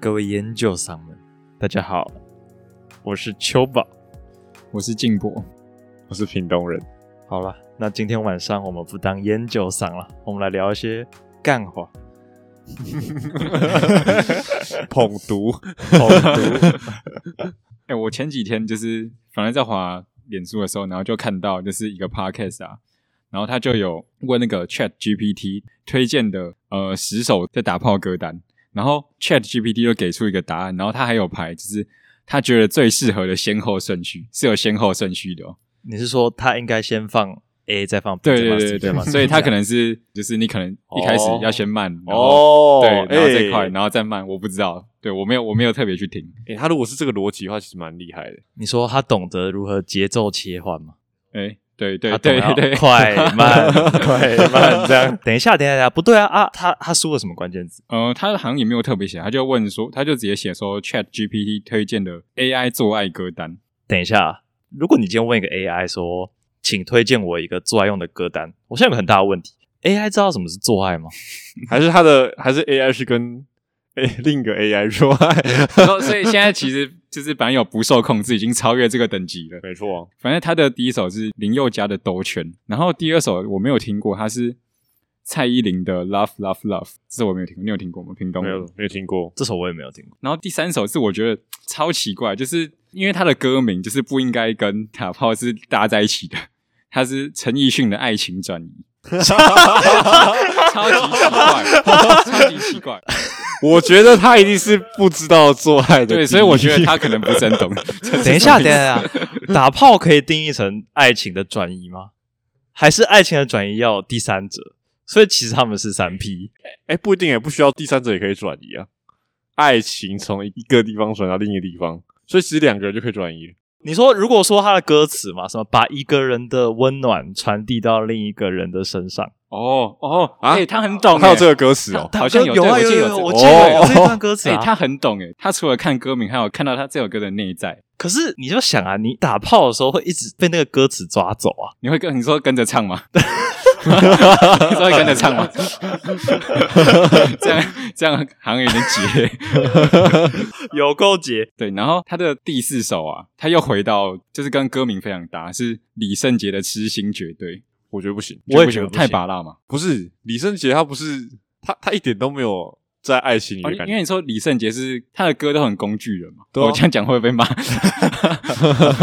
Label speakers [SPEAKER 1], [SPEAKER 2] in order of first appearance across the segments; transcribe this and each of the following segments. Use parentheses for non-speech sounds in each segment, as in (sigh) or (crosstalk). [SPEAKER 1] 各位研究生们，大家好，我是秋宝。
[SPEAKER 2] 我是静博，
[SPEAKER 3] 我是屏东人，
[SPEAKER 1] 好了，那今天晚上我们不当研究生了，我们来聊一些干话。
[SPEAKER 3] (laughs) 捧读，
[SPEAKER 1] 好毒
[SPEAKER 2] 哎、我前几天就是反正在滑脸书的时候，然后就看到就是一个 podcast 啊，然后他就有问那个 Chat GPT 推荐的呃十首在打炮歌单，然后 Chat GPT 就给出一个答案，然后他还有排就是他觉得最适合的先后顺序，是有先后顺序的、哦，
[SPEAKER 1] 你是说他应该先放 A 再放 B
[SPEAKER 2] 对
[SPEAKER 1] 再
[SPEAKER 2] 对
[SPEAKER 1] 放 C，
[SPEAKER 2] 对对
[SPEAKER 1] 再放 (laughs)
[SPEAKER 2] 对，
[SPEAKER 1] C，
[SPEAKER 2] 所以他可
[SPEAKER 1] 这样
[SPEAKER 2] 能是就是你可能一开始
[SPEAKER 1] 哦
[SPEAKER 2] 要先慢，然
[SPEAKER 1] 哦，
[SPEAKER 2] 后、对，然后再
[SPEAKER 1] 哎
[SPEAKER 2] 快，然后再慢，我不知道，对我没有我没有特别去听。
[SPEAKER 3] 诶、哎他如果是这个逻辑的话，其实蛮厉害的。
[SPEAKER 1] 你说他懂得如何节奏切换吗？
[SPEAKER 2] 哎、对对
[SPEAKER 1] 他懂
[SPEAKER 2] 对
[SPEAKER 1] 要 (laughs)
[SPEAKER 2] 对，
[SPEAKER 1] 快慢快慢这
[SPEAKER 2] (laughs)
[SPEAKER 1] 样。等一下，等一下，等一下，不对啊啊！他他输了什么关键字？
[SPEAKER 2] 呃，他好像也没有特别写，他就问说，他就直接写说 Chat GPT 推荐的 AI 做爱歌单。
[SPEAKER 1] 等一下啊，如果你今天问一个 AI 说，请推荐我一个做爱用的歌单，我现在有个很大的问题：AI 知道什么是做爱吗？
[SPEAKER 3] 还是他的，还是 AI 是跟诶、另一个 AI 说爱？
[SPEAKER 2] (laughs) 然后，所以现在其实就是本来有不受控制，已经超越这个等级了。
[SPEAKER 3] 没错，
[SPEAKER 2] 反正他的第一首是林宥嘉的《兜圈》，然后第二首我没有听过，他是蔡依林的《Love Love Love》，这我没有听过，你有听过吗？屏东
[SPEAKER 3] 没
[SPEAKER 2] 人
[SPEAKER 3] 有没有听过。
[SPEAKER 1] 这首我也没有听过。
[SPEAKER 2] 然后第三首是我觉得超奇怪，就是因为他的歌名就是不应该跟打炮是搭在一起的，他是陈奕迅的《爱情转
[SPEAKER 3] (laughs)
[SPEAKER 2] 移》，超级奇怪，超级奇怪。
[SPEAKER 3] 我觉得他一定是不知道做爱的定义。
[SPEAKER 2] 对，所以我觉得
[SPEAKER 3] (laughs)
[SPEAKER 2] 他可能不是很懂。
[SPEAKER 1] 等一下，等一下，打炮可以定义成爱情的转移吗？还是爱情的转移要有第三者？所以其实他们是三 P。
[SPEAKER 3] 诶、哎不一定欸诶，不需要第三者也可以转移啊。爱情从一个地方转到另一个地方，所以其实两个人就可以转移。
[SPEAKER 1] 你说，如果说他的歌词嘛，什么把一个人的温暖传递到另一个人的身上，
[SPEAKER 2] 哦哦，
[SPEAKER 3] 啊
[SPEAKER 2] 哎，他很懂，
[SPEAKER 3] 还有这个歌词哦，
[SPEAKER 2] 好像有
[SPEAKER 1] 有啊
[SPEAKER 2] 对我记得
[SPEAKER 1] 有
[SPEAKER 2] 有
[SPEAKER 1] 我
[SPEAKER 3] 这
[SPEAKER 1] 记得有
[SPEAKER 3] 哦
[SPEAKER 1] 这段歌词
[SPEAKER 2] 哎，
[SPEAKER 1] 啊。
[SPEAKER 2] 他很懂哎，他除了看歌名，还有看到他这首歌的内在。
[SPEAKER 1] 可是你就想啊，你打炮的时候会一直被那个歌词抓走啊。
[SPEAKER 2] 你会跟你说跟着唱吗？ (laughs) 你说会跟着唱吗？ (laughs) 这样这样好像有点解。
[SPEAKER 1] 有够解，
[SPEAKER 2] 对，然后他的第四首啊，他又回到就是跟歌名非常搭，是李圣杰的《痴心绝对》。
[SPEAKER 3] 我觉得不行。
[SPEAKER 1] 我也觉得不行
[SPEAKER 2] 太拔辣嘛。
[SPEAKER 3] 不是李圣杰，他不是他，他一点都没有在爱情里
[SPEAKER 2] 哦
[SPEAKER 3] 的感
[SPEAKER 2] 因
[SPEAKER 3] 觉。
[SPEAKER 2] 为你说李圣杰是他的歌都很工具人嘛，
[SPEAKER 3] 对啊
[SPEAKER 2] 我这样讲会
[SPEAKER 1] (laughs)
[SPEAKER 2] 不会被骂？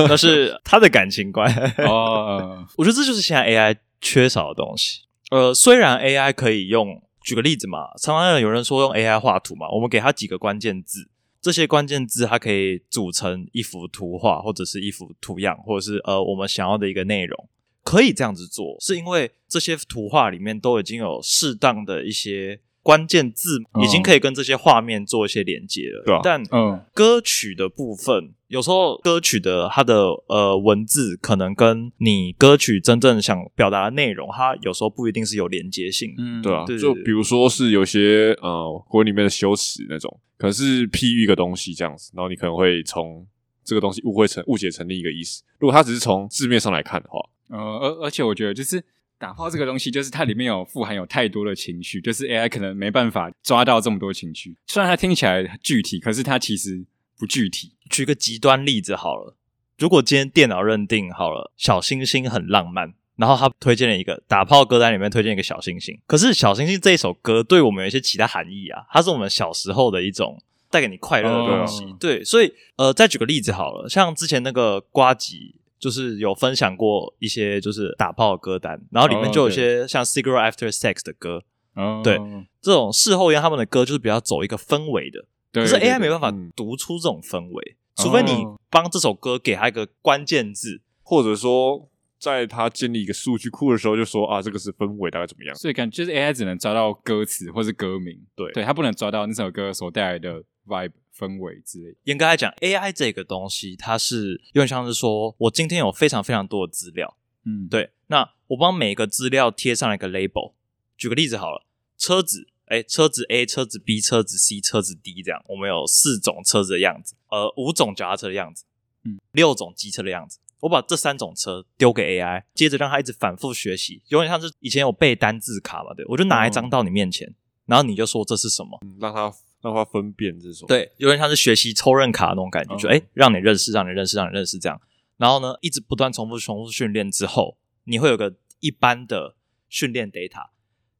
[SPEAKER 1] 那是他的感情观。
[SPEAKER 2] 哦，
[SPEAKER 1] 我觉得这就是现在 AI 缺少的东西。呃，虽然 AI 可以用，举个例子嘛，常常有人说用 AI 画图嘛，我们给它几个关键字，这些关键字它可以组成一幅图画，或者是一幅图样，或者是呃我们想要的一个内容。可以这样子做，是因为这些图画里面都已经有适当的一些关键字，
[SPEAKER 2] 嗯
[SPEAKER 1] 已经可以跟这些画面做一些连接了。
[SPEAKER 3] 对啊
[SPEAKER 1] 但
[SPEAKER 2] 嗯，
[SPEAKER 1] 歌曲的部分，有时候歌曲的它的呃文字可能跟你歌曲真正想表达的内容，它有时候不一定是有连接性的。
[SPEAKER 2] 嗯
[SPEAKER 3] 对啊，
[SPEAKER 1] 对对
[SPEAKER 3] 就
[SPEAKER 1] 对
[SPEAKER 3] 比如说是有些呃国文里面的修辞那种，可能是譬喻一个东西这样子，然后你可能会从这个东西误会成误解成另一个意思。如果他只是从字面上来看的话，
[SPEAKER 2] 呃，而而且我觉得就是打炮这个东西，就是它里面有富含有太多的情绪，就是 AI 可能没办法抓到这么多情绪。虽然它听起来具体，可是它其实不具体。
[SPEAKER 1] 举个极端例子好了，如果今天电脑认定好了小星星很浪漫，然后它推荐了一个打炮歌单里面推荐一个小星星，可是小星星这一首歌对我们有一些其他含义啊，它是我们小时候的一种带给你快乐的东西。
[SPEAKER 2] 哦
[SPEAKER 1] 对，所以呃，再举个例子好了，像之前那个瓜吉。就是有分享过一些就是打炮的歌单，然后里面就有一些像《Cigarette After Sex》的歌，
[SPEAKER 2] 哦
[SPEAKER 1] 对这种事后烟他们的歌就是比较走一个氛围的，
[SPEAKER 2] 对，
[SPEAKER 1] 可是
[SPEAKER 2] 对
[SPEAKER 1] AI 没
[SPEAKER 2] 对
[SPEAKER 1] 办法
[SPEAKER 3] 嗯
[SPEAKER 1] 读出这种氛围，除非你
[SPEAKER 2] 哦
[SPEAKER 1] 帮这首歌给它一个关键字。
[SPEAKER 3] 或者说在他建立一个数据库的时候，就说啊这个是氛围大概怎么样？
[SPEAKER 2] 所以感觉就是 AI 只能抓到歌词或是歌名，
[SPEAKER 3] 对
[SPEAKER 2] 对，它不能抓到那首歌所带来的 vibe 氛围之类的。
[SPEAKER 1] 严格来讲，AI 这个东西，它是有点像是说，我今天有非常非常多的资料，
[SPEAKER 2] 嗯，
[SPEAKER 1] 对，那我帮每个资料贴上一个 label。举个例子好了，车子，哎，车子 A、车子 B、车子 C、车子 D 这样，我们有四种车子的样子，呃，五种脚踏车的样子，
[SPEAKER 2] 嗯，
[SPEAKER 1] 六种机车的样子。我把这三种车丢给 AI，接着让它一直反复学习，有点像
[SPEAKER 2] 哦
[SPEAKER 1] 是以前有背单字卡嘛，对我就拿一张到你面前，然后你就说这是什么，
[SPEAKER 3] 嗯让他让他分辨这种。，
[SPEAKER 1] 对，有点像是学习抽认卡那种感觉，
[SPEAKER 2] 嗯
[SPEAKER 1] 就哎、诶让你认识，让你认识，让你认识这样。然后呢，一直不断重复、重复训练之后，你会有个一般的训练 data，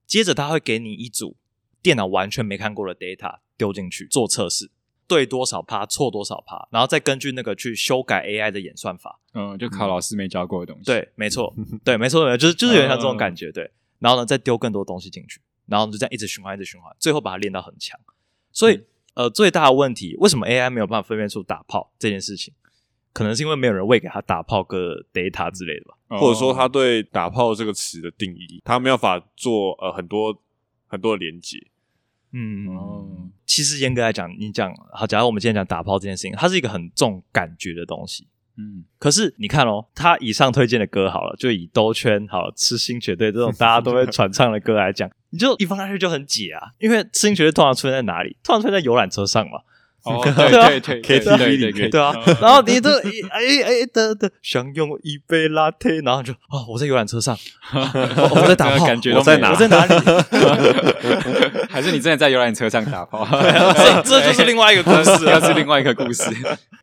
[SPEAKER 1] 接着他会给你一组电脑完全没看过的 data 丢进去做测试，对多少趴，错多少趴，然后再根据那个去修改 AI 的演算法。
[SPEAKER 2] 嗯，就考老师没教过的东西。，
[SPEAKER 1] 对，没错，对，没错，就是就是有点像这种感觉，对。然后呢，再丢更多东西进去，然后就这样一直循环，一直循环，最后把它练到很强。所以，呃，最大的问题，为什么 AI 没有办法分辨出打炮这件事情？可能是因为没有人喂给他打炮个 data 之类的吧。
[SPEAKER 2] 哦
[SPEAKER 3] 或者说他对“打炮”这个词的定义，他没有法做呃很多很多的连接。
[SPEAKER 1] 嗯，其实严格来讲，你讲好，假如我们今天讲打炮这件事情，它是一个很重感觉的东西。
[SPEAKER 2] 嗯，
[SPEAKER 1] 可是你看哦，他以上推荐的歌好了，就以兜圈好了，痴心绝对这种大家都会传唱的歌来讲，你就一放下去就很解啊，因为痴心绝对通常出现在哪里？通常出现在游览车上嘛，
[SPEAKER 2] 哦，
[SPEAKER 1] 对啊
[SPEAKER 2] 对对对
[SPEAKER 3] KTV
[SPEAKER 2] 对
[SPEAKER 3] 里
[SPEAKER 2] 对
[SPEAKER 3] 面
[SPEAKER 2] 对
[SPEAKER 1] 对啊。
[SPEAKER 2] 嗯
[SPEAKER 1] 然后你这哎哎哎的的，想用一杯拉推，然后你就哦，我在游览车上， (laughs) 哦我在打
[SPEAKER 2] (laughs) 这
[SPEAKER 1] 炮，
[SPEAKER 2] 个感觉都
[SPEAKER 1] 我在
[SPEAKER 2] 没有
[SPEAKER 1] 哪？ (laughs) 我在哪里？
[SPEAKER 2] 还是你真的在游览车上打炮？
[SPEAKER 1] 这这就是另外一个故
[SPEAKER 2] (laughs)
[SPEAKER 1] 事
[SPEAKER 2] 又
[SPEAKER 1] 了。
[SPEAKER 2] 是另外一个故事。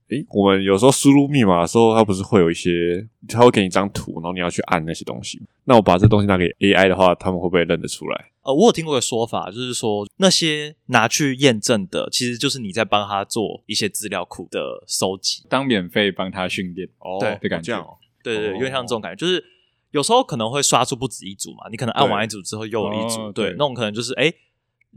[SPEAKER 3] 诶，我们有时候输入密码的时候，它不是会有一些，它会给你一张图，然后你要去按那些东西。那我把这东西拿给 AI 的话，他们会不会认得出来？
[SPEAKER 1] 呃，我有听过个说法，就是说那些拿去验证的，其实就是你在帮他做一些资料库的收集。
[SPEAKER 2] 当免费帮他训练，
[SPEAKER 3] 哦
[SPEAKER 1] 对
[SPEAKER 2] 的感觉
[SPEAKER 3] 这样哦
[SPEAKER 1] 对对，对有点像这
[SPEAKER 3] 哦
[SPEAKER 1] 种感觉，就是有时候可能会刷出不止一组嘛，你可能按完一组之后又有一组，
[SPEAKER 2] 哦
[SPEAKER 1] 对，
[SPEAKER 2] 对
[SPEAKER 1] 那种可能就是哎，诶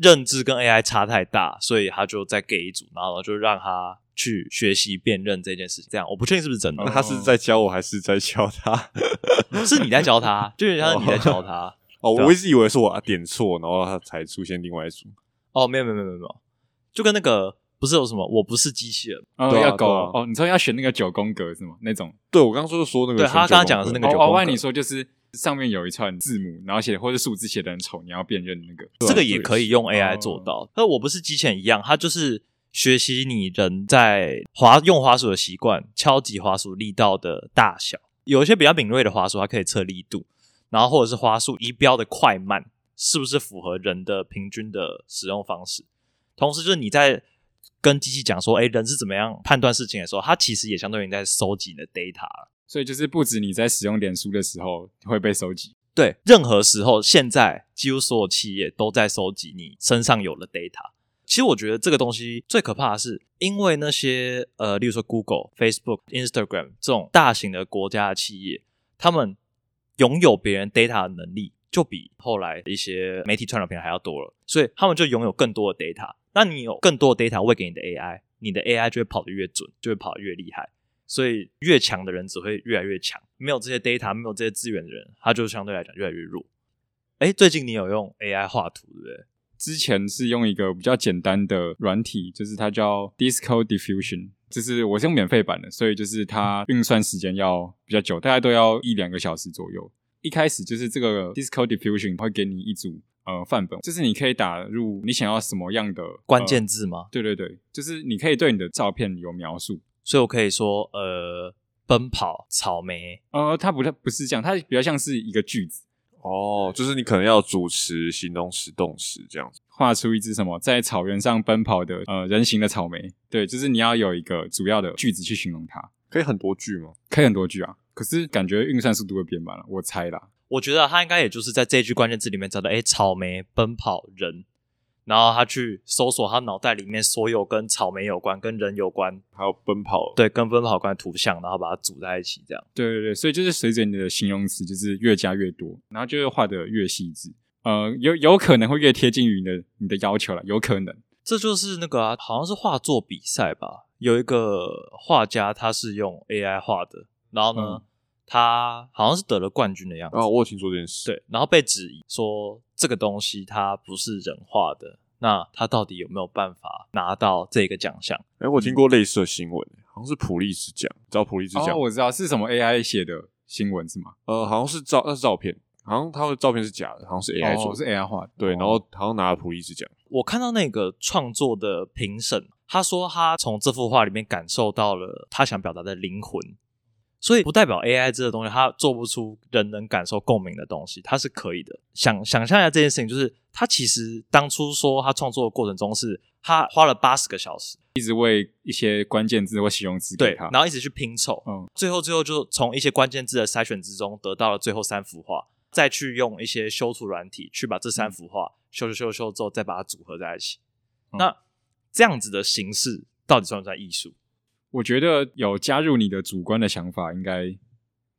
[SPEAKER 1] 认知跟 AI 差太大，所以他就再给一组，然后就让他去学习辨认这件事情。这样我不确定是不是真
[SPEAKER 3] 那
[SPEAKER 1] 的，
[SPEAKER 3] 他是在教我还是在教他？
[SPEAKER 1] (laughs) 是你在教他，就有点像是你在教他。
[SPEAKER 3] 哦，
[SPEAKER 1] 对啊
[SPEAKER 3] 我一直以为是我点错，然后它才出现另外一组。
[SPEAKER 1] 哦，没有没有没有没有没有，就跟那个不是有什么我不是机器人，
[SPEAKER 2] 哦，
[SPEAKER 3] 对啊
[SPEAKER 2] 要搞
[SPEAKER 3] 对啊
[SPEAKER 2] 哦，你说要选那个九宫格是吗？那种
[SPEAKER 3] 对，我刚刚说的说那个
[SPEAKER 1] 对
[SPEAKER 3] 全球
[SPEAKER 1] 他刚刚讲的是那个
[SPEAKER 3] 公
[SPEAKER 1] 九宫
[SPEAKER 3] 格
[SPEAKER 1] 格
[SPEAKER 2] 哦，我按你说就是上面有一串字母，然后写或者数字写的很丑，你要辨认那个。
[SPEAKER 1] 这个也可以用
[SPEAKER 2] 哦
[SPEAKER 1] AI 做到。那、我不是机器人一样，它就是学习你人在滑用滑鼠的习惯，敲击滑鼠力道的大小。有一些比较敏锐的滑鼠，它可以测力度，然后或者是滑鼠仪标的快慢是不是符合人的平均的使用方式。同时，就是你在跟机器讲说，哎，人是怎么样判断事情的时候，它其实也相当于在收集你的 data 了。
[SPEAKER 2] 所以就是不止你在使用脸书的时候会被收集，
[SPEAKER 1] 对，任何时候，现在几乎所有企业都在收集你身上有的 data。其实我觉得这个东西最可怕的是，因为那些呃，例如说 Google、Facebook、Instagram 这种大型的国家的企业，他们拥有别人 data 的能力，就比后来一些媒体串流平台还要多了，所以他们就拥有更多的 data。那你有更多的 data 喂给你的 AI，你的 AI 就会跑得越准，就会跑得越厉害。所以越强的人只会越来越强，没有这些 data，没有这些资源的人，他就相对来讲越来越弱。哎，最近你有用 AI 画图对不对？
[SPEAKER 2] 之前是用一个比较简单的软体，就是它叫 Disco Diffusion，就是我是用免费版的，所以就是它运算时间要比较久，大概都要一两个小时左右。一开始就是这个 Disco Diffusion 会给你一组呃范本，就是你可以打入你想要什么样的
[SPEAKER 1] 关、键字吗
[SPEAKER 2] 呃？对对对，就是你可以对你的照片有描述。
[SPEAKER 1] 所以我可以说，呃，奔跑、草莓，
[SPEAKER 2] 呃，它不太不是这样，它比较像是一个句子，
[SPEAKER 3] 哦，就是你可能要主词、形容词、动词这样子。
[SPEAKER 2] 画出一只什么在草原上奔跑的呃人形的草莓。对，就是你要有一个主要的句子去形容它。
[SPEAKER 3] 可以很多句吗？
[SPEAKER 2] 可以很多句啊，可是感觉运算速度会变慢了，我猜啦。
[SPEAKER 1] 我觉得他应该也就是在这一句关键字里面找到，哎，草莓、奔跑、人，然后他去搜索他脑袋里面所有跟草莓有关、跟人有关、
[SPEAKER 3] 还有奔跑，
[SPEAKER 1] 对，跟奔跑有关的图像，然后把它组在一起，这样。
[SPEAKER 2] 对对对，所以就是随着你的形容词就是越加越多，然后就会画的越细致，呃，有有可能会越贴近于你的你的要求了，有可能。
[SPEAKER 1] 这就是那个啊，好像是画作比赛吧，有一个画家他是用 AI 画的，然后呢，
[SPEAKER 2] 嗯
[SPEAKER 1] 他好像是得了冠军的样子，
[SPEAKER 3] 啊，我有听说这件事。
[SPEAKER 1] 对，然后被质疑说这个东西它不是人画的，那他到底有没有办法拿到这个奖项？
[SPEAKER 3] 哎、我听过类似的新闻，好像是普利兹奖，你知道普利兹奖？
[SPEAKER 2] 哦，我知道是什么 AI 写的新闻是吗？
[SPEAKER 3] 呃，好像是照那是照片，好像他的照片是假的，好像是 AI
[SPEAKER 2] 哦，
[SPEAKER 3] 做的。
[SPEAKER 2] 是 AI 画的。
[SPEAKER 3] 对，然
[SPEAKER 2] 哦
[SPEAKER 3] 后好像拿了普利兹奖。
[SPEAKER 1] 我看到那个创作的评审，他说他从这幅画里面感受到了他想表达的灵魂，所以不代表 AI 这个东西它做不出人能感受共鸣的东西，它是可以的。想想象一下这件事情，就是他其实当初说他创作的过程中是他花了八十个小时，
[SPEAKER 2] 一些关键字或形容词给
[SPEAKER 1] 对
[SPEAKER 2] 他，，
[SPEAKER 1] 然后一直去拼凑，
[SPEAKER 2] 嗯
[SPEAKER 1] 最后最后就从一些关键字的筛选之中得到了最后三幅画，再去用一些修图软体去把这三幅画修修修修之后，再把它组合在一起。
[SPEAKER 2] 嗯
[SPEAKER 1] 那这样子的形式到底算不算艺术？
[SPEAKER 2] 我觉得有加入你的主观的想法，应该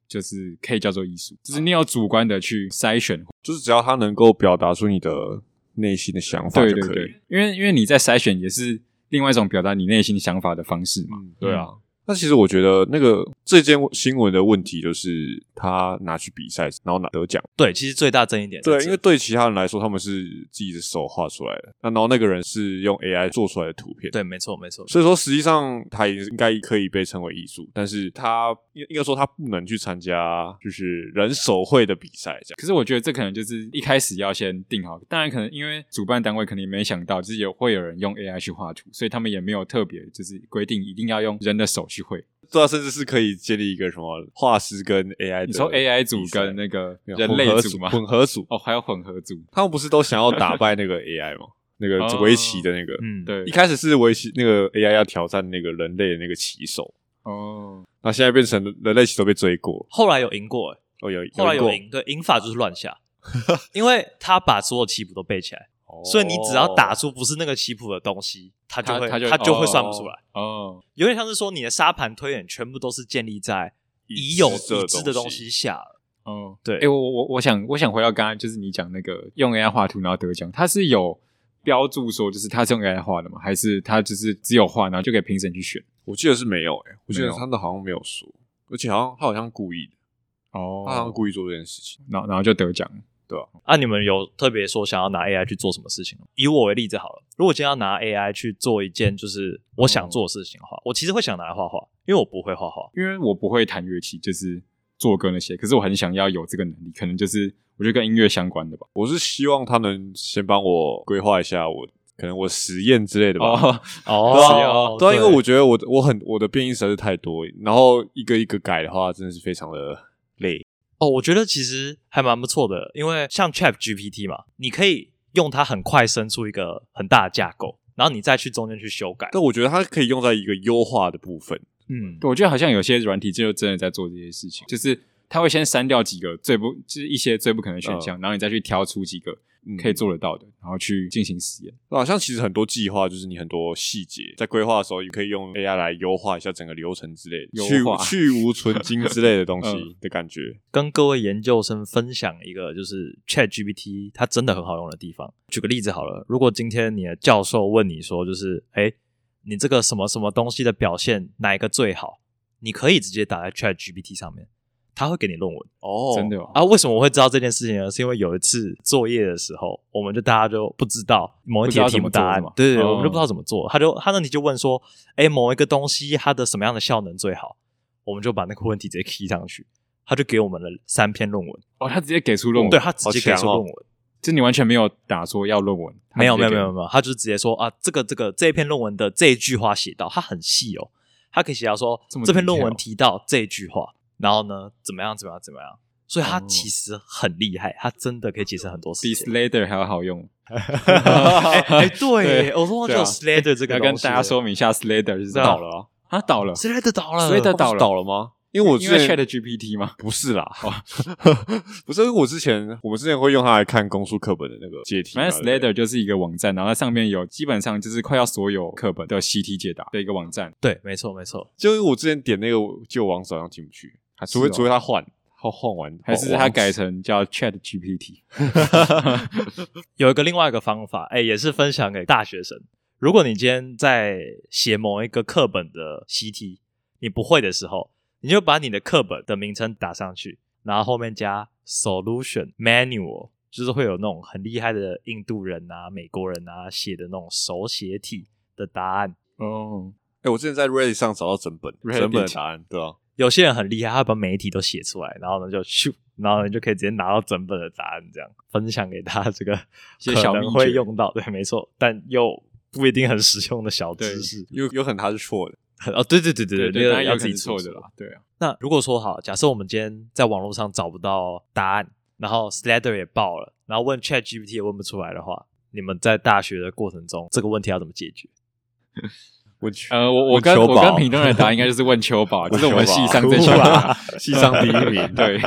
[SPEAKER 2] 就是可以叫做艺术，就是你有主观的去筛选，
[SPEAKER 3] 就是只要他能够表达出你的内心的想法
[SPEAKER 2] 对
[SPEAKER 3] 就
[SPEAKER 2] 对
[SPEAKER 3] 可以。
[SPEAKER 2] 对，因为因为你在筛选也是另外一种表达你内心想法的方式嘛，
[SPEAKER 3] 嗯，对啊。那其实我觉得那个这件新闻的问题就是他拿去比赛，然后拿得奖。
[SPEAKER 1] 对，其实最大争议点在
[SPEAKER 3] 对，
[SPEAKER 1] 这
[SPEAKER 3] 因为对其他人来说，他们是自己的手画出来的，那然后那个人是用 AI 做出来的图片。
[SPEAKER 1] 对，没错没错，
[SPEAKER 3] 所以说，实际上它也是应该可以被称为艺术，但是它应应该说它不能去参加就是人手绘的比赛这样。
[SPEAKER 2] 可是我觉得这可能就是一开始要先定好，当然可能因为主办单位可能也没想到，就是有会有人用 AI 去画图，所以他们也没有特别就是规定一定要用人的手去绘。
[SPEAKER 3] 对啊，甚至是可以建立一个什么画师跟 AI，的
[SPEAKER 2] 你说 AI 组
[SPEAKER 3] 比赛
[SPEAKER 2] 跟那个
[SPEAKER 3] 没有
[SPEAKER 2] 人
[SPEAKER 3] 混
[SPEAKER 2] 类
[SPEAKER 3] 合
[SPEAKER 2] 组吗？
[SPEAKER 3] 混合组，
[SPEAKER 2] 哦，还有混合组，
[SPEAKER 3] 他们不是都想要打败那个 AI 吗？那个
[SPEAKER 2] (laughs) 哦
[SPEAKER 3] 围棋的那个，
[SPEAKER 1] 嗯，
[SPEAKER 2] 对
[SPEAKER 3] 一，开始是围棋那个 AI 要挑战那个人类的那个棋手，
[SPEAKER 2] 哦，
[SPEAKER 3] 那现在变成人类棋手被追过，
[SPEAKER 1] 后来有赢过、欸，
[SPEAKER 3] 哦有
[SPEAKER 1] 后来有
[SPEAKER 3] 过，
[SPEAKER 1] 赢，对，赢法就是乱下，因为他把所有棋谱都背起来，
[SPEAKER 3] 哦
[SPEAKER 1] 所以你只要打出不是那个棋谱的东西，他就会
[SPEAKER 2] 他就
[SPEAKER 1] 就会算不出来。
[SPEAKER 2] 哦，
[SPEAKER 1] 有点像是说你的沙盘推演全部都是建立在
[SPEAKER 3] 已
[SPEAKER 1] 已有
[SPEAKER 3] 知的
[SPEAKER 1] 已知的
[SPEAKER 3] 东
[SPEAKER 1] 东
[SPEAKER 3] 西
[SPEAKER 1] 西下了。
[SPEAKER 2] 哦，
[SPEAKER 1] 对
[SPEAKER 2] 哎、我我我想我想回到刚才，就是你讲那个用 AI 画图然后得奖，它是有标注说就是它是用 AI 画的吗？还是它就是只有画，然后就给评审去选？
[SPEAKER 3] 我记得是没有诶、欸我记
[SPEAKER 2] 没
[SPEAKER 3] 得
[SPEAKER 2] 有
[SPEAKER 3] 他的好像没有说，而且好像他好像故意的，
[SPEAKER 2] 哦
[SPEAKER 3] 他好像故意做这件事情。
[SPEAKER 2] 然后然后就得奖，
[SPEAKER 1] 啊，你们有特别说想要拿 AI 去做什么事情吗？以我为例子好了，如果今天要拿 AI 去做一件就是我
[SPEAKER 3] 嗯
[SPEAKER 1] 想做的事情的话，我其实会想拿来画画，因为我不会画画。
[SPEAKER 2] 因为我不会弹乐器，就是做歌那些，可是我很想要有这个能力，可能就是我觉得跟音乐相关的吧。
[SPEAKER 3] 我是希望他能先帮我规划一下我可能我实验之类的吧。
[SPEAKER 2] (laughs) 哦，
[SPEAKER 3] 对啊
[SPEAKER 1] 哦
[SPEAKER 3] 对啊，因为我觉得我我很我的变异实在是太多，然后一个一个改的话，真的是非常的
[SPEAKER 1] 哦，我觉得其实还蛮不错的，因为像 Chat GPT 嘛，你可以用它很快生出一个很大的架构，然后你再去中间去修改。
[SPEAKER 3] 但我觉得它可以用在一个优化的部分。
[SPEAKER 1] 嗯，
[SPEAKER 2] 我觉得好像有些软体就真的在做这些事情，就是他会先删掉几个最不就是一些最不可能的选项，然后你再去挑出几个
[SPEAKER 3] 嗯
[SPEAKER 2] 可以做得到的，然后去进行实验。
[SPEAKER 3] 好像其实很多计划，就是你很多细节在规划的时候，也可以用 AI 来优化一下整个流程之类的，去
[SPEAKER 2] 优化
[SPEAKER 3] 去无存精之类的
[SPEAKER 2] (laughs)
[SPEAKER 3] 东西
[SPEAKER 2] 嗯
[SPEAKER 3] 的感觉。
[SPEAKER 1] 跟各位研究生分享一个，就是 Chat GPT 它真的很好用的地方。举个例子好了，如果今天你的教授问你说，就是哎，你这个什么什么东西的表现哪一个最好，你可以直接打在 Chat GPT 上面，它会给你论文。
[SPEAKER 3] 哦
[SPEAKER 2] 真的、哦、
[SPEAKER 1] 啊，为什么我会知道这件事情呢？是因为有一次作业的时候，我们就大家就不知道某一题的题目答案
[SPEAKER 2] 不
[SPEAKER 1] 对对
[SPEAKER 2] 知道怎么做是吗，
[SPEAKER 1] 对，
[SPEAKER 2] 哦
[SPEAKER 1] 我们就不知道怎么做。他就他那题就问说，哎，某一个东西它的什么样的效能最好？我们就把那个问题直接 key 上去，他就给我们了三篇论文，
[SPEAKER 2] 哦，他直接给出论文，
[SPEAKER 1] 对他直接给
[SPEAKER 3] 好
[SPEAKER 1] 出
[SPEAKER 3] 强哦
[SPEAKER 1] 论文，
[SPEAKER 2] 就你完全没有打说要论文，他
[SPEAKER 1] 没有
[SPEAKER 2] 直
[SPEAKER 1] 没
[SPEAKER 2] 接
[SPEAKER 1] 有
[SPEAKER 2] 给
[SPEAKER 1] 没有没有，他就直接说啊，这个这个这一篇论文的这一句话写到，他很细哦，他可以写到说
[SPEAKER 2] 这么
[SPEAKER 1] 这篇论
[SPEAKER 2] detail
[SPEAKER 1] 文提到这一句话，然后呢怎么样怎么样怎么样，所以他
[SPEAKER 2] 哦
[SPEAKER 1] 其实很厉害，他真的可以解释很多事
[SPEAKER 2] 比
[SPEAKER 1] 情。
[SPEAKER 2] Slater 还要
[SPEAKER 1] (laughs)
[SPEAKER 2] 好用。 (laughs)
[SPEAKER 1] 哎、哎对耶，我都忘记有
[SPEAKER 2] 对啊
[SPEAKER 1] Slater 这个
[SPEAKER 2] (laughs) 要
[SPEAKER 1] 东
[SPEAKER 2] 跟
[SPEAKER 1] 西
[SPEAKER 2] 大家说明一下，Slater 是
[SPEAKER 3] 倒了啊
[SPEAKER 2] 啊，倒了
[SPEAKER 1] ，Slater 倒了
[SPEAKER 2] Slater 倒了
[SPEAKER 3] 倒了吗？因为我之
[SPEAKER 2] 因为
[SPEAKER 3] 前
[SPEAKER 2] Chat 哦 GPT 嘛，
[SPEAKER 3] 不
[SPEAKER 2] (laughs)
[SPEAKER 3] 是啦， (laughs) 不是因为我之前我们之前会用它来看公数课本的那个阶梯嘛，
[SPEAKER 2] 反正
[SPEAKER 3] 对不对
[SPEAKER 2] Slater 就是一个网站，然后它上面有基本上就是快要所有课本的习题解答的一个网站。
[SPEAKER 1] 对，没错没错，
[SPEAKER 3] 就因为我之前点那个旧网址好像进不去，
[SPEAKER 2] 还是
[SPEAKER 3] 除非
[SPEAKER 2] 哦
[SPEAKER 3] 除非它换，它换完
[SPEAKER 2] 还是它改
[SPEAKER 3] 成
[SPEAKER 2] 成叫 Chat GPT？
[SPEAKER 1] 有一个另外一个方法，哎、也是分享给大学生。如果你今天在写某一个课本的习题，你不会的时候，你就把你的课本的名称打上去，然后后面加 solution manual，就是会有那种很厉害的印度人啊、美国人啊写的那种手写体的答案。
[SPEAKER 2] 哦，
[SPEAKER 3] 哎、我之前在 Reddit 上找到整本
[SPEAKER 2] Reddit
[SPEAKER 3] 整本的答案，对啊，
[SPEAKER 1] 有些人很厉害，他把每一题都写出来，然后呢就咻，然后你就可以直接拿到整本的答案，这样分享给他这个
[SPEAKER 2] 一些小
[SPEAKER 1] 可
[SPEAKER 2] 秘
[SPEAKER 1] 能
[SPEAKER 2] 诀
[SPEAKER 1] 会用到，对，没错，但又不一定很实用的小知识。
[SPEAKER 3] 有有很它是错的，
[SPEAKER 1] 哦，对对对对
[SPEAKER 2] 对，
[SPEAKER 1] 那
[SPEAKER 2] 当
[SPEAKER 1] 个
[SPEAKER 2] 然
[SPEAKER 1] 要
[SPEAKER 2] 有
[SPEAKER 1] 自
[SPEAKER 2] 可
[SPEAKER 1] 己
[SPEAKER 2] 能
[SPEAKER 1] 出
[SPEAKER 2] 错的啦。对啊，
[SPEAKER 1] 那如果说好，假设我们今天在网络上找不到答案，然后 Slider 也爆了，然后问 Chat GPT 也问不出来的话，你们在大学的过程中这个问题要怎么解决？
[SPEAKER 3] 我去，
[SPEAKER 2] 呃，我我
[SPEAKER 3] 问
[SPEAKER 2] 跟
[SPEAKER 3] 秋
[SPEAKER 2] 我跟
[SPEAKER 3] 宝
[SPEAKER 2] 屏东人的答案应该就是问
[SPEAKER 1] (laughs)
[SPEAKER 2] 秋宝，这是我们
[SPEAKER 3] 秋宝
[SPEAKER 2] 系上最
[SPEAKER 3] 酷
[SPEAKER 2] 喜欢
[SPEAKER 3] (laughs)
[SPEAKER 2] 的
[SPEAKER 3] 啊，系上第一名，
[SPEAKER 2] (laughs)
[SPEAKER 3] (laughs)
[SPEAKER 2] 对，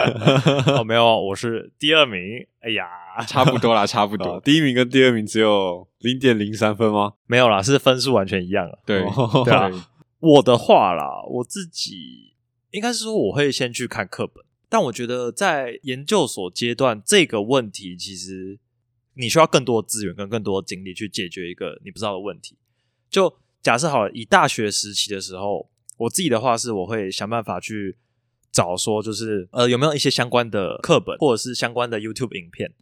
[SPEAKER 1] 哦，没有，我是第二名。哎呀，
[SPEAKER 2] 差不多啦，差不
[SPEAKER 3] 哦
[SPEAKER 2] 多。
[SPEAKER 3] 第一名跟第二名只有零点零三分吗？
[SPEAKER 1] 没有啦，是分数完全一样啊。
[SPEAKER 2] 对
[SPEAKER 3] 哦
[SPEAKER 1] 对啊我的话啦，我自己应该是说我会先去看课本，但我觉得在研究所阶段这个问题，其实你需要更多的资源跟更多的精力去解决一个你不知道的问题。就假设好了，以大学时期的时候，我自己的话是我会想办法去找说，就是呃有没有一些相关的课本或者是相关的 YouTube 影片，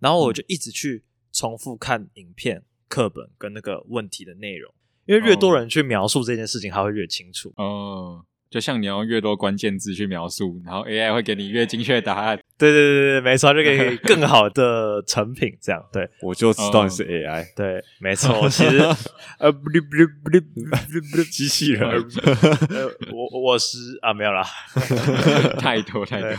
[SPEAKER 1] 然后我就一直去重复看影片、课本跟那个问题的内容。因为越多人去描述这件事情，他会越清楚。
[SPEAKER 2] 哦，就像你用越多关键字去描述，然后 AI 会给你越精确的答案。
[SPEAKER 1] 对对对对，没错，就可 (laughs) 以更好的成品这样。对
[SPEAKER 3] 我就知道你是 AI，
[SPEAKER 1] 对，没错。其实呃，不不不不不，
[SPEAKER 3] 机器人。
[SPEAKER 1] 呃，我我是啊，没有啦。
[SPEAKER 2] 太多太多，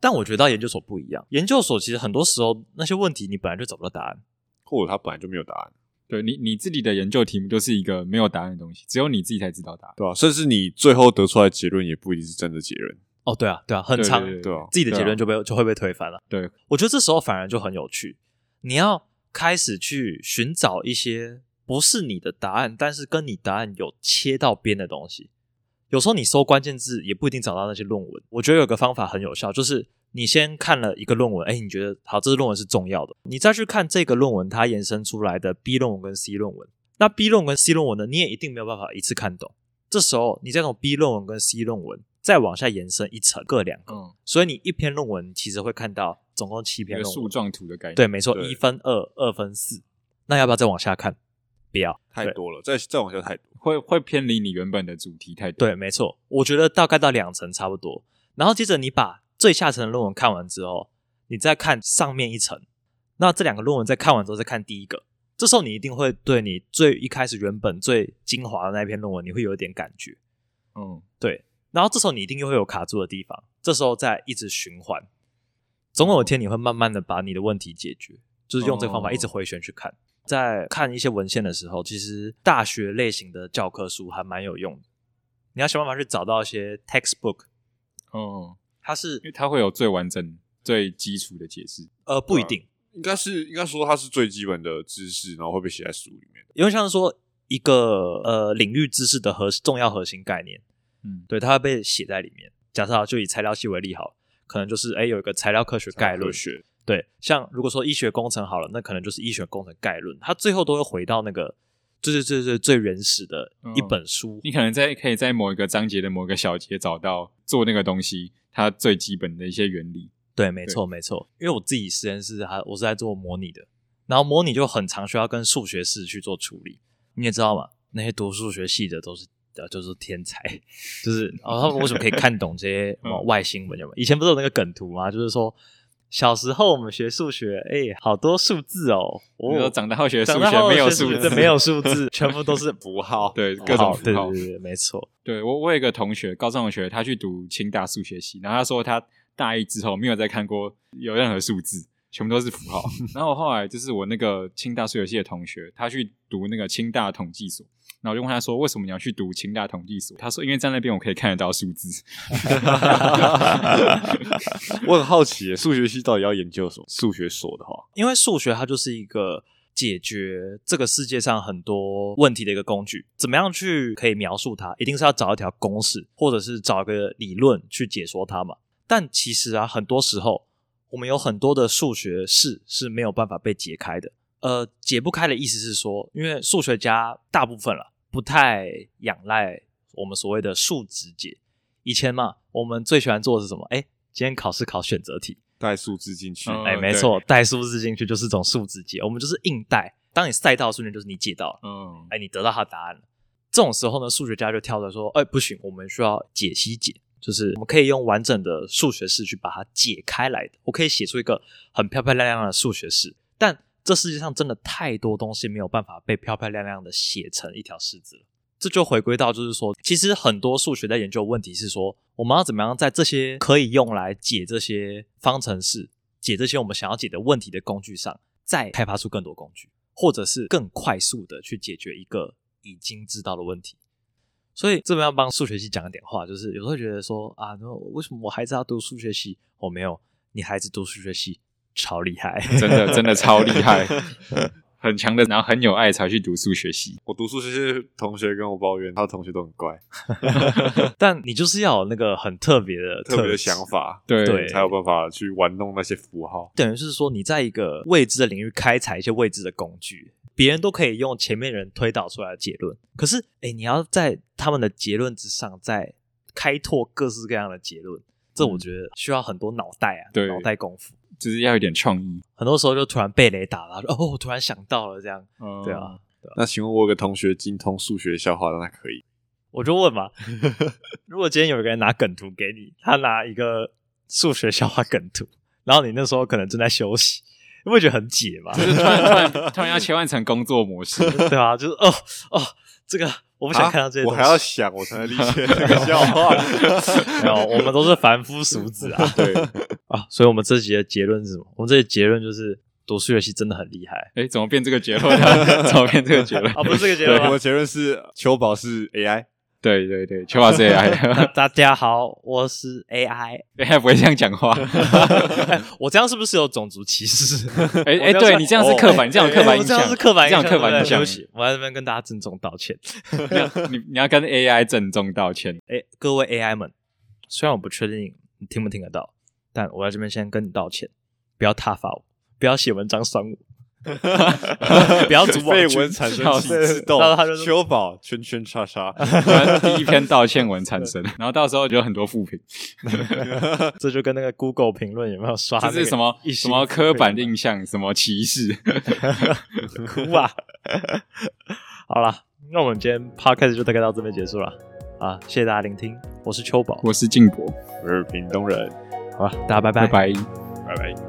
[SPEAKER 1] 但我觉得到研究所不一样，研究所其实很多时候那些问题你本来就找不到答案。
[SPEAKER 3] (laughs) 或者他本来就没有答案，
[SPEAKER 2] 对你你自己的研究题目就是一个没有答案的东西，只有你自己才知道答案。
[SPEAKER 3] 对吧、甚至你最后得出来的结论也不一定是真的结论，
[SPEAKER 1] 哦，对啊，对啊，很长，
[SPEAKER 2] 对
[SPEAKER 3] 对啊，
[SPEAKER 1] 自己的结论
[SPEAKER 2] 对
[SPEAKER 1] 就被就会被推翻了。
[SPEAKER 2] 对，
[SPEAKER 1] 我觉得这时候反而就很有趣，你要开始去寻找一些不是你的答案，但是跟你答案有切到边的东西。有时候你搜关键字也不一定找到那些论文。我觉得有个方法很有效，就是你先看了一个论文，哎，你觉得好，这个论文是重要的，你再去看这个论文它延伸出来的 B 论文跟 C 论文。那 B 论文跟 C 论文呢，你也一定没有办法一次看懂。这时候你再从 B 论文跟 C 论文再往下延伸一层，各两个。
[SPEAKER 2] 嗯，
[SPEAKER 1] 所以你一篇论文其实会看到总共七
[SPEAKER 2] 一
[SPEAKER 1] 篇
[SPEAKER 2] 个
[SPEAKER 1] 论
[SPEAKER 2] 树
[SPEAKER 1] 文，
[SPEAKER 2] 状图的概念。
[SPEAKER 1] 对，没错，
[SPEAKER 3] 对
[SPEAKER 1] 一分二，二分四。那要不要再往下看？不要，
[SPEAKER 3] 太多了，再再往下太多，
[SPEAKER 2] 会会偏离你原本的主题太多。
[SPEAKER 1] 对，没错，我觉得大概到两层差不多。然后接着你把最下层的论文看完之后，你再看上面一层。那这两个论文在看完之后再看第一个，这时候你一定会对你最一开始原本最精华的那篇论文，你会有一点感觉。
[SPEAKER 2] 嗯，
[SPEAKER 1] 然后这时候你一定又会有卡住的地方，这时候再一直循环，总有一天你会慢慢的把你的问题解决，就是用这个方法
[SPEAKER 2] 哦
[SPEAKER 1] 一直回旋去看。在看一些文献的时候，其实大学类型的教科书还蛮有用的。你要想办法去找到一些 textbook，
[SPEAKER 2] 哦，
[SPEAKER 1] 它
[SPEAKER 2] 因为
[SPEAKER 1] 是
[SPEAKER 2] 它会有最完整、最基础的解释。
[SPEAKER 1] 呃不一定，
[SPEAKER 3] 应该是应该说它是最基本的知识，然后会被写在书里面的。
[SPEAKER 1] 因为像是说一个呃领域知识的核重要核心概念，
[SPEAKER 2] 嗯，
[SPEAKER 1] 对，它会被写在里面。假设啊，就以材料系为例好了，可能就是哎有一个材料科学概论，
[SPEAKER 3] 学
[SPEAKER 1] 对，像如果说医学工程好了，那可能就是医学工程概论，它最后都会回到那个最最最最最原始的一本书。
[SPEAKER 2] 嗯你可能在可以在某一个章节的某一个小节找到做那个东西它最基本的一些原理。
[SPEAKER 1] 对，没错没错，因为我自己实验室还我是在做模拟的，然后模拟就很常需要跟数学式去做处理。你也知道嘛，那些读数学系的都是。呃，就是天才，就是哦，他们为什么可以看懂这些
[SPEAKER 2] (laughs)
[SPEAKER 1] 什
[SPEAKER 2] 嗯
[SPEAKER 1] 么外星文？有没有？以前不是有那个梗图吗？就是说，小时候我们学数学，哎、好多数字哦。
[SPEAKER 2] 比如
[SPEAKER 1] 哦
[SPEAKER 2] 说，长大后学数
[SPEAKER 1] 长大
[SPEAKER 2] 学
[SPEAKER 1] 后
[SPEAKER 2] 没有
[SPEAKER 1] 学
[SPEAKER 2] 数
[SPEAKER 1] 这
[SPEAKER 2] 字，
[SPEAKER 1] 没有数字，全部都是
[SPEAKER 3] 符号， (laughs)
[SPEAKER 2] 对
[SPEAKER 1] 符
[SPEAKER 2] (laughs) 各种
[SPEAKER 1] 号
[SPEAKER 2] 符
[SPEAKER 1] 对
[SPEAKER 2] 号。
[SPEAKER 1] 对对，对没错。
[SPEAKER 2] 对我，我有一个同学，高中同学，他去读清大数学系，然后他说他大一之后没有再看过有任何数字，全部都
[SPEAKER 1] (laughs)
[SPEAKER 2] 是符号。然后我后来就是我那个清大数学系的同学，他去读那个清大统计所，然后我就问他说，为什么你要去读清大统计所？他说，因为在那边我可以看得到数字。
[SPEAKER 3] 我很好奇耶，数学系到底要研究什么？数学所的话，
[SPEAKER 1] 因为数学它就是一个解决这个世界上很多问题的一个工具，怎么样去可以描述它，一定是要找一条公式，或者是找一个理论去解说它嘛。但其实啊，很多时候我们有很多的数学式是没有办法被解开的。呃，解不开的意思是说，因为数学家大部分了不太仰赖我们所谓的数值解。以前嘛，我们最喜欢做的是什么？哎，今天考试考选择题，
[SPEAKER 3] 带数字进去，
[SPEAKER 2] 嗯
[SPEAKER 1] 哎，没错，带数字进去就是一种数字解，我们就是硬带。当你赛道的瞬间，就是你解到了，
[SPEAKER 2] 嗯，
[SPEAKER 1] 哎，你得到它的答案了。这种时候呢，数学家就跳出来说：“哎，不行，我们需要解析解，就是我们可以用完整的数学式去把它解开来的。我可以写出一个很漂漂亮亮的数学式，但这世界上真的太多东西没有办法被漂漂亮亮的写成一条式子了。这就回归到就是说，其实很多数学在研究的问题是说，我们要怎么样在这些可以用来解这些方程式、解这些我们想要解的问题的工具上，再开发出更多工具，或者是更快速的去解决一个已经知道的问题。所以这边要帮数学系讲一点话，就是有时候觉得说啊，那为什么我孩子要读数学系？我、没有，你孩子读数学系超厉害，
[SPEAKER 2] 嗯真的真的超厉害，很强的，然后很有爱才去读数学系。
[SPEAKER 3] 我读数学系同学跟我抱怨，他的同学都很乖，
[SPEAKER 1] (laughs) 但你就是要有那个很特别的
[SPEAKER 3] 特别的
[SPEAKER 1] 质
[SPEAKER 3] 想法，
[SPEAKER 2] 对
[SPEAKER 1] 对
[SPEAKER 3] 才有办法去玩弄那些符号。
[SPEAKER 1] 等于是说你在一个未知的领域开采一些未知的工具，别人都可以用前面人推导出来的结论，可是哎，诶你要在他们的结论之上再开拓各式各样的结论，这我觉得需要很多脑袋啊，
[SPEAKER 2] 对
[SPEAKER 1] 脑袋功夫。
[SPEAKER 2] 就是要有点创意。
[SPEAKER 1] 很多时候就突然被雷打了，然后哦，我突然想到了这样，对啊，，
[SPEAKER 2] 嗯
[SPEAKER 3] 那请问我有个同学精通数学笑话，那他可以？
[SPEAKER 1] 我就问嘛，如果今天有一个人拿梗图给你，他拿一个数学笑话梗图，然后你那时候可能正在休息，你不会觉得很解吗？
[SPEAKER 2] 嗯就是突然突然突然要切换成工作模式，
[SPEAKER 1] (laughs) 对啊，就是哦哦，这个我不想看到这些
[SPEAKER 3] 啊
[SPEAKER 1] 东
[SPEAKER 3] 我
[SPEAKER 1] 西、
[SPEAKER 3] 还要想，我才能理解这个
[SPEAKER 1] (laughs)
[SPEAKER 3] 笑话。 (laughs)
[SPEAKER 1] 没有，我们都是凡夫俗子 (laughs) 啊
[SPEAKER 3] 对，
[SPEAKER 1] 啊！所以我们这集的结论是什么？我们这集结论就是读数学系真的很厉害
[SPEAKER 2] 哎，怎么变这个结论了？ (laughs) 怎么变这个结论？
[SPEAKER 1] 啊，不是这个结论
[SPEAKER 3] 我
[SPEAKER 1] 吗
[SPEAKER 3] 的？结论是秋宝是 AI。
[SPEAKER 2] 对对对，秋华是 (laughs) AI，AI
[SPEAKER 1] 大 (laughs) 大家好，我是 (laughs) AI，
[SPEAKER 2] 不会这样讲
[SPEAKER 1] (laughs)
[SPEAKER 2] 话。
[SPEAKER 1] 哎我这样是不是有种族歧 (laughs) 视？
[SPEAKER 2] 哎哎，
[SPEAKER 1] 我刚才
[SPEAKER 2] 对你这样是刻板，你这样有刻板
[SPEAKER 1] 哦我
[SPEAKER 2] 印
[SPEAKER 1] 这
[SPEAKER 2] 象，
[SPEAKER 1] 样是刻板印象，
[SPEAKER 2] 你这样有刻板印
[SPEAKER 1] 对
[SPEAKER 2] 象
[SPEAKER 1] 不。起，我在这边跟大家郑重道歉。
[SPEAKER 2] 你你要跟 AI 郑重道歉。
[SPEAKER 1] 哎，各位 AI 们，虽然我不确定你听不听得到，但我在这边先跟你道歉，不要挞伐我，不要写文章酸我， (laughs) 不要
[SPEAKER 3] (laughs)
[SPEAKER 1] 组网
[SPEAKER 3] 被
[SPEAKER 1] 军
[SPEAKER 3] 文产生
[SPEAKER 2] 笑
[SPEAKER 3] 起
[SPEAKER 1] 死
[SPEAKER 3] 自动
[SPEAKER 1] 然后他就，说
[SPEAKER 3] 秋宝圈圈叉叉，
[SPEAKER 2] 第一篇道歉文产生， (laughs) 然后到时候就有很多负评，
[SPEAKER 1] 这就跟那个 Google 评论有没有刷
[SPEAKER 2] 就
[SPEAKER 1] 那
[SPEAKER 2] 是
[SPEAKER 1] 个
[SPEAKER 2] 什么
[SPEAKER 1] 一
[SPEAKER 2] 什
[SPEAKER 1] 星
[SPEAKER 2] 么
[SPEAKER 1] 之
[SPEAKER 2] 刻
[SPEAKER 1] 类
[SPEAKER 2] 板
[SPEAKER 1] 的
[SPEAKER 2] 印象，什么歧视， (laughs)
[SPEAKER 1] (laughs) 哭啊！好啦，那我们今天 podcast 就大概到这边结束了啊！谢谢大家聆听，我是秋宝，
[SPEAKER 2] 我是静博，
[SPEAKER 3] 我是屏东人，
[SPEAKER 1] 好吧，大家拜
[SPEAKER 2] 拜拜。
[SPEAKER 3] 拜拜。